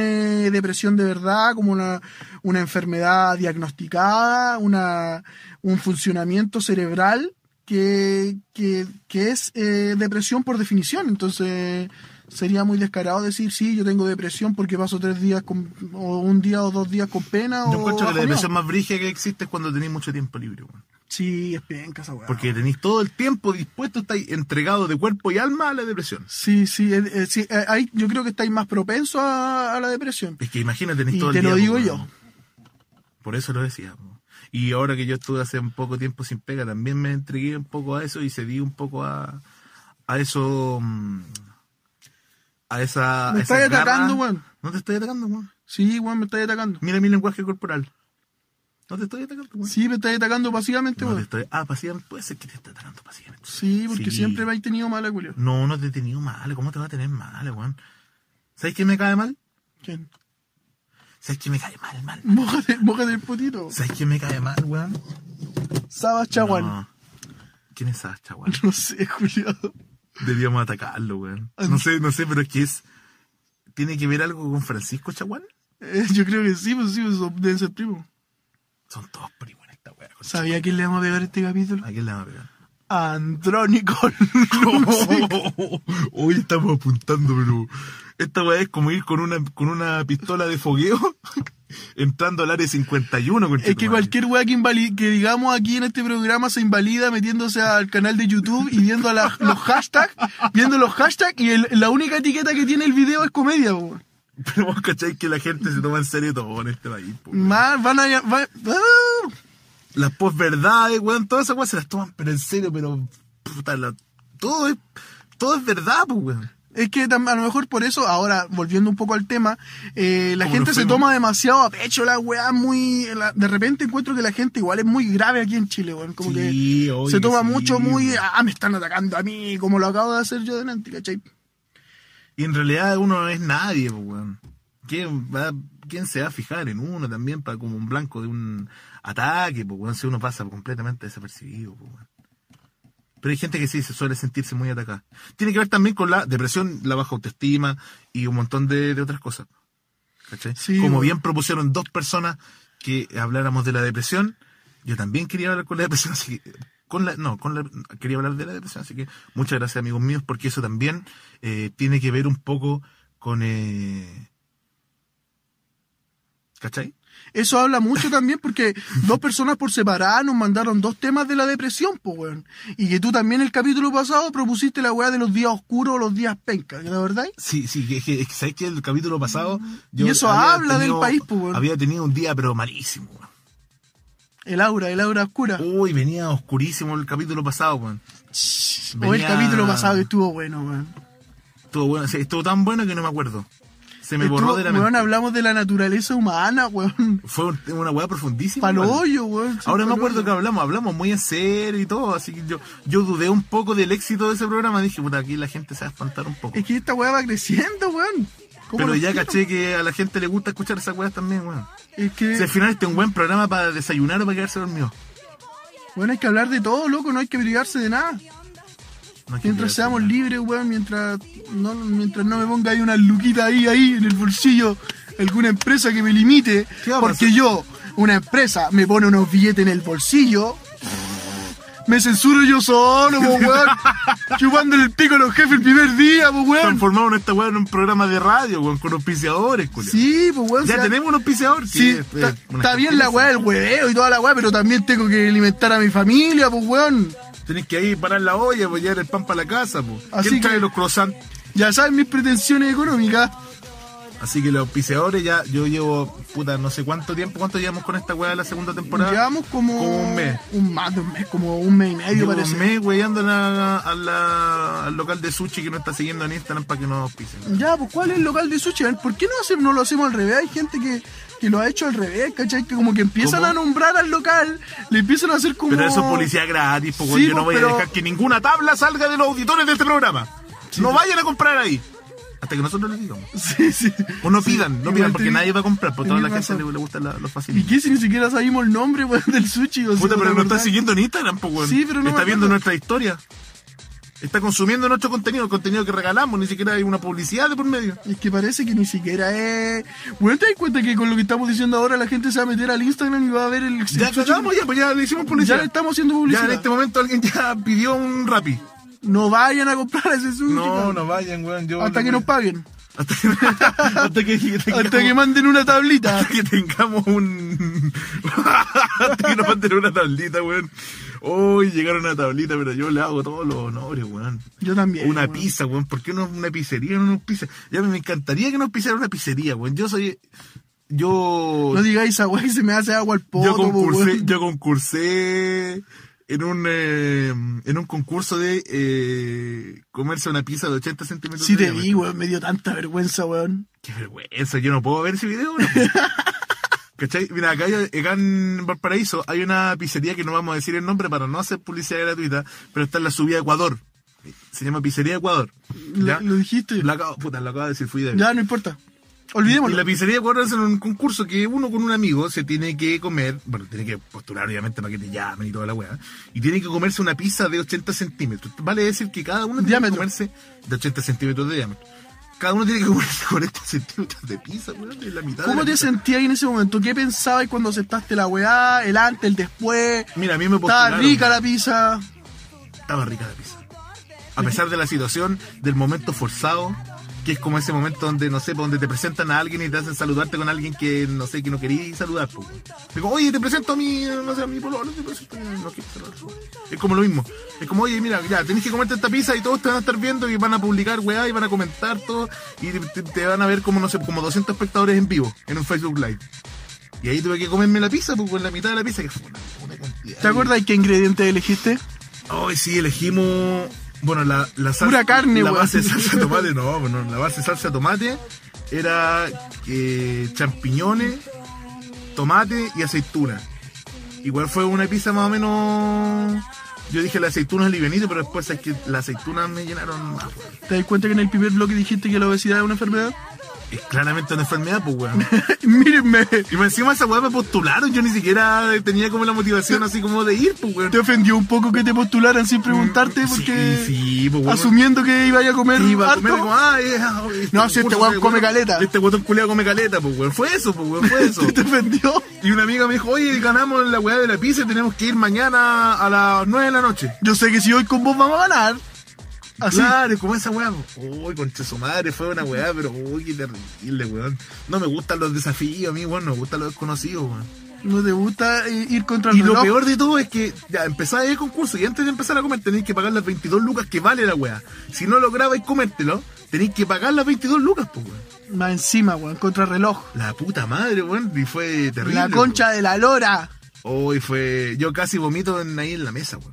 depresión de verdad, como una, una enfermedad diagnosticada, una, un funcionamiento cerebral que, que, que es eh, depresión por definición. Entonces sería muy descarado decir, sí, yo tengo depresión porque paso tres días con, o un día o dos días con pena. Yo o encuentro que la bajoneado". depresión más brígida que existe es cuando tenéis mucho tiempo libre, weón. Sí, es penca esa weá. Porque tenéis todo el tiempo dispuesto, estáis entregado de cuerpo y alma a la depresión. Sí, sí, eh, eh, sí, eh, ahí yo creo que estáis más propenso a, a la depresión. Es que imagínate, tenéis Y todo el te lo día, pues, digo weón. yo. Por eso lo decía. po. Y ahora que yo estuve hace un poco tiempo sin pega, también me entregué un poco a eso y cedí un poco a, a eso. mm, A esa. Me a esa estáis garra. atacando, weón. No te estoy atacando, weón. Sí, weón, me estáis atacando. Mira mi lenguaje corporal. No te estoy atacando, weón. Sí, me estáis atacando pasivamente, No te weón. estoy... Ah, pasivamente. Puede ser que te esté atacando pasivamente. Sí, porque Sí. siempre me has tenido mala, Julio. No, no te he tenido mal. ¿Cómo te va a tener mal, weón? ¿Sabes quién me cae mal? ¿Quién? ¿Sabes quién me cae mal, mal? Mójate, mójate el putito. ¿Sabes quién me cae mal, weón? Sabas Chaguán. No. No. ¿Quién es Sasha, weón? sé, Julio. Debíamos atacarlo, weón. No sé, no sé, pero es que es. ¿Tiene que ver algo con Francisco Chaguán? Eh, yo creo que sí, pues sí, pues, son- deben ser primos. Son todos primos en esta weá. concha. ¿Sabía a quién le vamos a pegar este capítulo? ¿A quién le va a pegar? A Andrónico. Luxi. Hoy estamos apuntando, pero. Esta weá es como ir con una, con una pistola de fogueo entrando al área 51, con es que cualquier weá que, invali- que digamos aquí en este programa se invalida metiéndose al canal de YouTube y viendo la- los hashtags, viendo los hashtags y el- la única etiqueta que tiene el video es comedia, po. Pero vos cacháis que la gente se toma en serio todo en este país, po. Más van a... va- ¡Ah! las posverdades, weón, todas esas weas se las toman, pero en serio, pero puta, la- todo es, todo es verdad, pues, weón. Es que tam- a lo mejor por eso, ahora volviendo un poco al tema, eh, la Como gente nos se fuimos. toma demasiado a pecho la weá muy... la- de repente encuentro que la gente igual es muy grave aquí en Chile, weón. Como Sí, obvio que se toma que sí, pues, mucho, muy... weón. Ah, me están atacando a mí, como lo acabo de hacer yo delante, ¿cachai? Y en realidad uno no es nadie, pues, weón. ¿Quién, va, ¿Quién se va a fijar en uno también para como un blanco de un ataque, pues, weón? Si uno pasa completamente desapercibido, pues, weón. Pero hay gente que sí se suele sentirse muy atacada. Tiene que ver también con la depresión, la baja autoestima y un montón de, de otras cosas. ¿Cachai? Sí, como weón. bien propusieron dos personas que habláramos de la depresión, yo también quería hablar con la depresión, así que. Con la, no, con la, quería hablar de la depresión, así que muchas gracias amigos míos, porque eso también eh, tiene que ver un poco con... eh, ¿Cachai? Eso habla mucho también porque dos personas por separado nos mandaron dos temas de la depresión, po, weón. Y que tú también el capítulo pasado propusiste la weá de los días oscuros o los días pencas, ¿la verdad? Sí, sí, que- es que, es que sabes que el capítulo pasado... Mm. Y eso habla del país, pues, weón. Había tenido un día, pero malísimo, weón. El aura, el aura oscura. Uy, venía oscurísimo el capítulo pasado, weón. O el venía- capítulo pasado que estuvo bueno, weón. Estuvo, bueno, sí, estuvo tan bueno que no me acuerdo. Se me Estuvo- borró de la weón, mente. hablamos de la naturaleza humana, weón. Fue un- una weá profundísima. Palo weón. hoyo, weón. Sí, Ahora me palo acuerdo que hoyo. hablamos, hablamos muy en serio y todo, así que yo, yo dudé un poco del éxito de ese programa, dije, puta, aquí la gente se va a espantar un poco. Es que esta weá va creciendo, weón. ¿Cómo Pero nos ya quieren? caché que a la gente le gusta escuchar esas weas también, weón. Es que, Si al final este es un buen programa para desayunar o para quedarse dormido. bueno, hay que hablar de todo, loco. No hay que brigarse de nada. No hay que Mientras quedarse, seamos weón. libres, weón. Mientras no, mientras no me ponga ahí una luquita ahí, ahí, en el bolsillo. Alguna empresa que me limite. ¿Qué va a Porque pasar? yo, una empresa, me pone unos billetes en el bolsillo. Me censuro yo solo, po, weón. Chupándole el pico a los jefes el primer día, po, weón. Transformaron esta wea en un programa de radio, weón, con auspiciadores, culiao. Sí, pues weón. Ya o sea, tenemos un auspiciador, Sí, sí, está es- eh, una está bien la weá del hueveo y toda la weá, pero también tengo que alimentar a mi familia, pues weón. Tenés que ahí parar la olla, pues llevar el pan para la casa, pues. Así ¿Quién trae que- los croissants? Ya saben mis pretensiones económicas. Así que los auspiciadores ya, yo llevo, puta, no sé cuánto tiempo, cuánto llevamos con esta weá de la segunda temporada. Llevamos como, Como un mes. Un más de un mes, como un mes y medio Llevo parece. un mes weyando a la- a la- al local de sushi que nos está siguiendo en Instagram para que nos auspicien. Ya, pues ¿cuál es el local de sushi? A ver, ¿Por qué no, hace- no lo hacemos al revés? Hay gente que, que lo ha hecho al revés, ¿cachai? Que como que empiezan ¿Cómo? a nombrar al local, le empiezan a hacer como... Pero eso es publicidad gratis, pues Sí, yo no pues, voy a pero- dejar que ninguna tabla salga de los auditores de este programa. no pues. vayan a comprar ahí. Hasta que nosotros les digamos. Sí, sí. O no Sí, pidan, no igual pidan, porque tenés- nadie va a comprar, porque toda la tenés gente le, razón. le gustan la- los ¿Y facilitos. qué si ni siquiera sabíamos el nombre weón, del sushi? O sea, Puta, pero ¿te nos está acordás? siguiendo en Instagram, pues weón. Sí, pero no me Está viendo acuerdo. nuestra historia. está consumiendo nuestro contenido, el contenido que regalamos, ni siquiera hay una publicidad de por medio. Es que parece que ni siquiera es. Bueno, ¿te das cuenta que con lo que estamos diciendo ahora la gente se va a meter al Instagram y va a ver el. Ya el- cagamos, ya, pues ya le hicimos Ya publicidad. le estamos haciendo Ya publicidad. en este momento alguien ya pidió un rapi. No vayan a comprar ese sushi. No, cabrón. no vayan, weón. Yo Hasta no- que nos paguen. Hasta que, hasta que, tengamos, Hasta que manden una tablita. hasta que tengamos un. hasta que nos manden una tablita, weón. Hoy llegaron a una tablita, pero yo le hago todos los honores, weón. Yo también. una weón. pizza, weón. ¿Por qué no una pizzería? No nos pizza. Ya me encantaría que nos pisara una pizzería, weón. Yo soy. Yo. No digáis esa weá que se me hace agua al poto, yo concursé, weón. yo concursé en un eh, en un concurso de eh, comerse una pizza de 80 centímetros. Sí de te vi, diámetro. weón. Me dio tanta vergüenza, weón. Qué vergüenza, yo no puedo ver ese video. weón. ¿Cachai? Mira, acá, hay- acá en Valparaíso hay una pizzería que no vamos a decir el nombre para no hacer publicidad gratuita, pero está en la subida a Ecuador. Se llama Pizzería Ecuador. Lo, ¿Ya? lo dijiste. La acabo- puta, la acabo de decir, fui de Ya, no importa. y Olvidémoslo. la pizzería cuadra es un concurso que uno con un amigo se tiene que comer, bueno, tiene que postular obviamente para que te llamen y toda la weá, y tiene que comerse una pizza de 80 centímetros. Vale decir que cada uno tiene que Diámetro. comerse de 80 centímetros de diámetro. Cada uno tiene que comerse 40 centímetros de pizza, weón, de la mitad. de ¿Cómo la te pizza. sentías ahí en ese momento? ¿Qué pensabas cuando aceptaste la weá? ¿El antes, el después? Mira, a mí me Estaba postularon. rica la pizza. Estaba rica la pizza. A pesar de la situación, del momento forzado, que es como ese momento donde, no sé, pues, donde te presentan a alguien y te hacen saludarte con alguien que, no sé, que no querías saludar. po. Digo, oye, te presento a mi, no sé, a mi pololo, te presento a mi- no quiero saludar, po. Es como lo mismo. Es como, oye, mira, ya, tenés que comerte esta pizza y todos te van a estar viendo y van a publicar, weá, y van a comentar todo y te, te van a ver como, no sé, como 200 espectadores en vivo, en un Facebook Live. Y ahí tuve que comerme la pizza, pues, con la mitad de la pizza, que fue una, una cantidad. ¿Te acuerdas qué ingredientes elegiste? Hoy sí elegimos. Bueno, la, la salsa. Pura carne, La weón. base de salsa de tomate, no, bueno, la base de salsa de tomate era eh, champiñones, tomate y aceituna. Igual fue una pizza más o menos. Yo dije la aceituna es livianito, pero después es que las aceitunas me llenaron más. weón. ¿Te das cuenta que en el primer bloque dijiste que la obesidad es una enfermedad? Es claramente una enfermedad, pues, weón. Mírenme. Y más encima esa weá me postularon, yo ni siquiera tenía como la motivación así como de ir, pues, weón. ¿Te ofendió un poco que te postularan sin preguntarte? Porque Sí, sí, pues, weón. asumiendo que iba a comer Y iba a comer harto. como, ah, eh, ah, eh, No, si este puta, weón este come caleta. Este- Este guatón culiado come caleta, pues, weón. Fue eso, pues, weón, fue eso. ¿Te ofendió? y una amiga me dijo, oye, ganamos la weá de la pizza y tenemos que ir mañana a las 9 de la noche. Yo sé que si hoy con vos vamos a ganar. Así. Claro, como esa weá. pues, Uy, contra su madre, fue una weá, pero uy, qué terrible, weón. No me gustan los desafíos, a mí, weón, me gustan los desconocidos, weón. No te gusta eh, ir contra el Y lo reloj. peor de todo es que ya empezaba el concurso y antes de empezar a comer tenéis que pagar las 22 lucas que vale la weá. Si no lograbais comértelo, tenéis que pagar las 22 lucas, pues, weón. Más encima, weón, contra reloj. La puta madre, weón. Y fue terrible. La concha de la lora. weón. Hoy fue. Yo casi vomito en, ahí en la mesa, weón.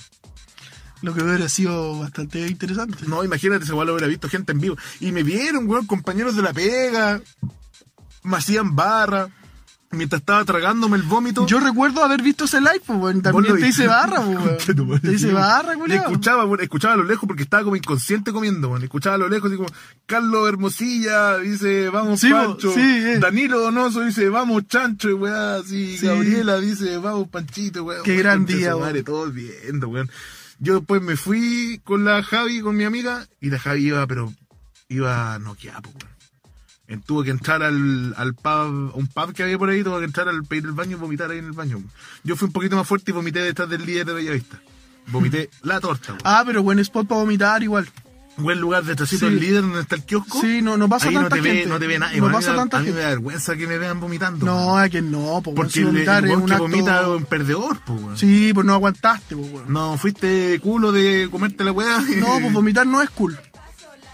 Lo que hubiera sido bastante interesante. No, imagínate, ese weón lo hubiera visto gente en vivo. Y me vieron, weón, compañeros de la pega. Me hacían barra. Mientras estaba tragándome el vómito. Yo recuerdo haber visto ese live, pues, weón. Vos lo También te viste. hice barra, pues, Concha tu weón. madre, Te hice sí, weón. barra, Y culiao. escuchaba, weón, escuchaba a lo lejos porque estaba como inconsciente comiendo, weón. Escuchaba a lo lejos, así como, Carlos Hermosilla, dice, vamos, Sí, weón, Pancho. sí, eh. Danilo Donoso dice, vamos, Chancho, y weá, así. Sí. Gabriela dice, vamos, Panchito, weón. Qué Weón, gran concha día, su weón. madre, todos viendo, weón. Yo después me fui con la Javi, con mi amiga, y la Javi iba, pero, iba noqueada, pues, weón. Eh, Tuvo que entrar al, al pub, a un pub que había por ahí, tuvo que entrar al pedir el baño y vomitar ahí en el baño. Yo fui un poquito más fuerte y vomité detrás del líder de Bellavista. Vomité la torta, weón. Ah, pero buen spot para vomitar igual. Buen lugar detrásito Sí. del líder donde está el kiosco. Sí, no- no pasa ahí tanta no te gente. Ve, no te ve nadie, No weón. A mí pasa me da- tanta a mí me gente. da vergüenza que me vean vomitando. No, weón. a que no, pues, porque el, vomitar el es weón un que acto... vomita es un perdedor, pues, weón. Sí, pues no aguantaste, pues, weón. No, fuiste culo de comerte la weá. No, pues vomitar no es cool.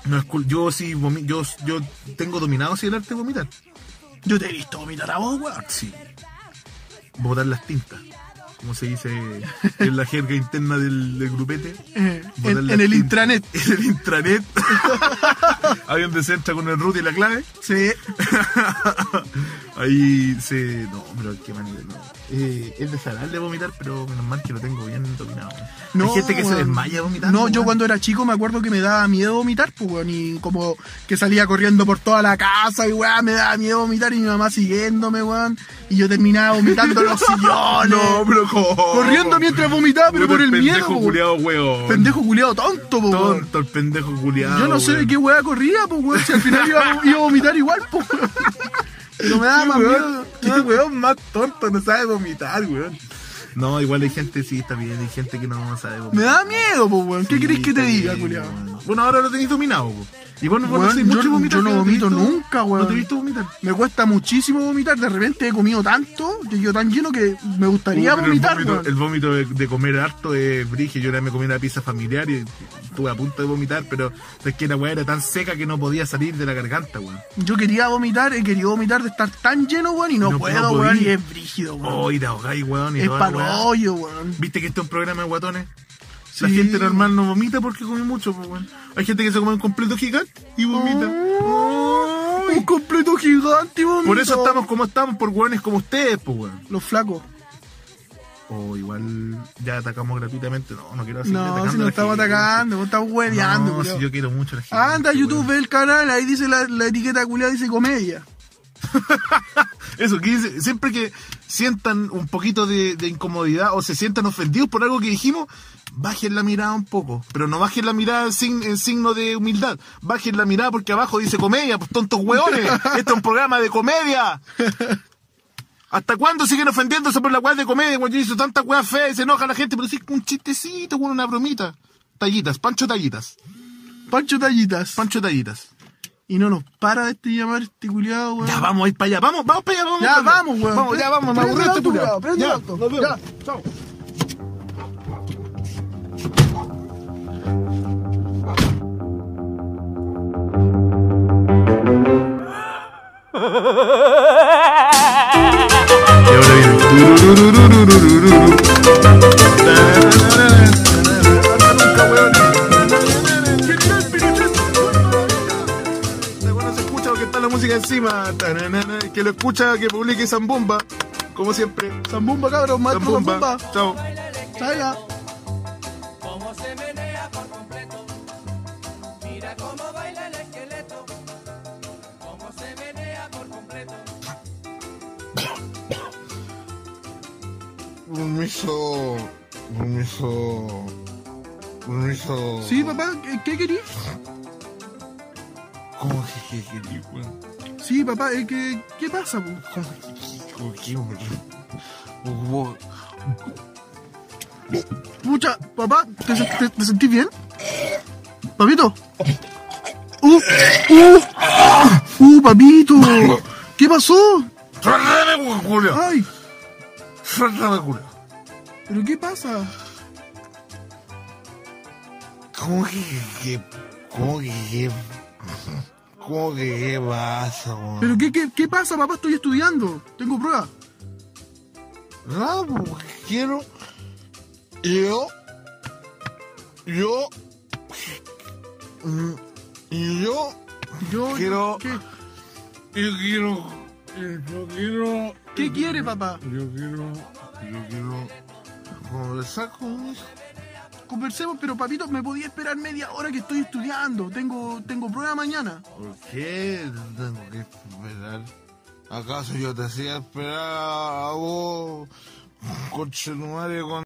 No es culo. Yo sí, vomi- yo, yo tengo dominado sí el arte de vomitar. Yo te he visto vomitar a vos, weón. Sí. Botar las tintas. Como se dice en la jerga interna del, del grupete. Eh, Botar en, las en el tintas. intranet. En el intranet. Ahí donde se entra con el root y la clave. Sí. Ahí se. No, pero qué manera. no. Eh, es desagradable vomitar, pero menos mal que lo tengo bien dominado. Hay gente que se weón. desmaya vomitando. No, yo weón. cuando era chico me acuerdo que me daba miedo vomitar, pues, weón, y como que salía corriendo por toda la casa y weón, me daba miedo vomitar y mi mamá siguiéndome, weón, y yo terminaba vomitando en los sillones. No, pero ¿cómo? corriendo mientras vomitaba, pero Puta, por el miedo, Pendejo po, culiado, weón. Pendejo culiado tonto, po, weón. Tonto, el pendejo culiado. Yo no sé de qué weá corría, pues, weón, si al final iba, iba a vomitar igual, pues, weón. Pero me daba más miedo. Qué weón Ah. más tonto, no sabe vomitar, weón. No, igual hay gente, sí, está bien, hay gente que no sabe vomitar. Me daba miedo, pues, weón. ¿Qué Sí, querés que te está diga, bien, culiado? weón. Bueno, ahora lo tenéis dominado, weón. Y bueno, Weón, yo no- yo no vomito nunca, weón. No te he visto vomitar. Me cuesta muchísimo vomitar, de repente he comido tanto, que yo tan lleno que me gustaría Uh, pero vomitar, el vómito, weón. el vómito de, de comer harto es brige. Yo una vez me comí una pizza familiar y estuve a punto de vomitar, pero es que la weá era tan seca que no podía salir de la garganta, weón. Yo quería vomitar, he querido vomitar de estar tan lleno, weón, y no, No puedo, podí. weón, y es brígido, weón. Oh, y te ahogáis, weón, y es toda la pa'l weá. hoyo, weón. ¿Viste que este es un programa de guatones? La Sí. gente normal no vomita porque come mucho, pues, weón. Hay gente que se come un completo gigante y vomita. Oh, Un completo gigante, weón. Por eso estamos como estamos, por weones como ustedes, pues, weón. Los flacos. O igual ya atacamos gratuitamente. No, no quiero seguir No, atacando si a no la estamos gente. atacando, no estamos hueveando, No, si yo quiero mucho a la gente. Anda, weón. YouTube, ve el canal, ahí dice la, la etiqueta culiada, dice comedia. Eso, que dice, siempre que sientan un poquito de, de incomodidad o se sientan ofendidos por algo que dijimos, bajen la mirada un poco. Pero no bajen la mirada sin, en signo de humildad. Bajen la mirada porque abajo dice comedia, pues tontos hueones. Este es un programa de comedia. ¿Hasta cuándo siguen ofendiéndose por la weá de comedia? Cuando yo hice tantas weas feas y se enoja la gente, pero sí, un chistecito, con una bromita. Tallitas, Pancho Tallitas, Pancho Tallitas. Pancho Tallitas. y no nos para de este llamar este culiado, weón. Ya vamos a ir para allá, vamos, vamos para allá, vamos. Ya, para allá. vamos, weón. Vamos, ya vamos, me Prende aburrió el este auto, culiao, culiao. prende el Ya, auto. nos vemos. Ya. Chao. Y ahora viene. Tururururururururu. Nunca, weón. General Pinochet, Cuando se escucha porque está la música encima. Tananana. Que lo escucha, que publique Zambomba. Como siempre. Zambomba, cabros, maestro Zambomba. Zambomba. Chao. Chala. Cómo se menea por completo. Mira cómo baila el esqueleto. Cómo se menea por completo. Permiso. Permiso. Permiso. Sí, papá, ¿qué, qué querís? ¿Cómo que qué qué weón? Sí, papá, eh, ¿qué, ¿qué pasa, po? ¿Cómo que qué cómo que, weón? Weón, Pucha, papá, ¿te, se- te- te sentís bien? Papito. Uh, uh, uh, papito. ¿Qué pasó? Suéltame, weón, ¿Ah? Julio. Ay, Suéltame, Julio. ¿pero qué pasa? ¿Cómo que qué ¿Cómo que qué ¿Cómo que qué pasa, weón? ¿Pero qué, qué, qué pasa, papá? Estoy estudiando. Tengo pruebas. Nada, porque pues, quiero. Yo. Yo. mm, Yo. Yo, Quiero- ¿qué, Yo quiero. Yo quiero. ¿Qué quiere, papá? Yo quiero. Yo quiero. Conversar con eso. Conversemos, pero papito, me podía esperar media hora que estoy estudiando. Tengo, tengo prueba mañana. ¿Por qué te tengo que esperar? ¿Acaso yo te hacía esperar a vos, coche tu madre, con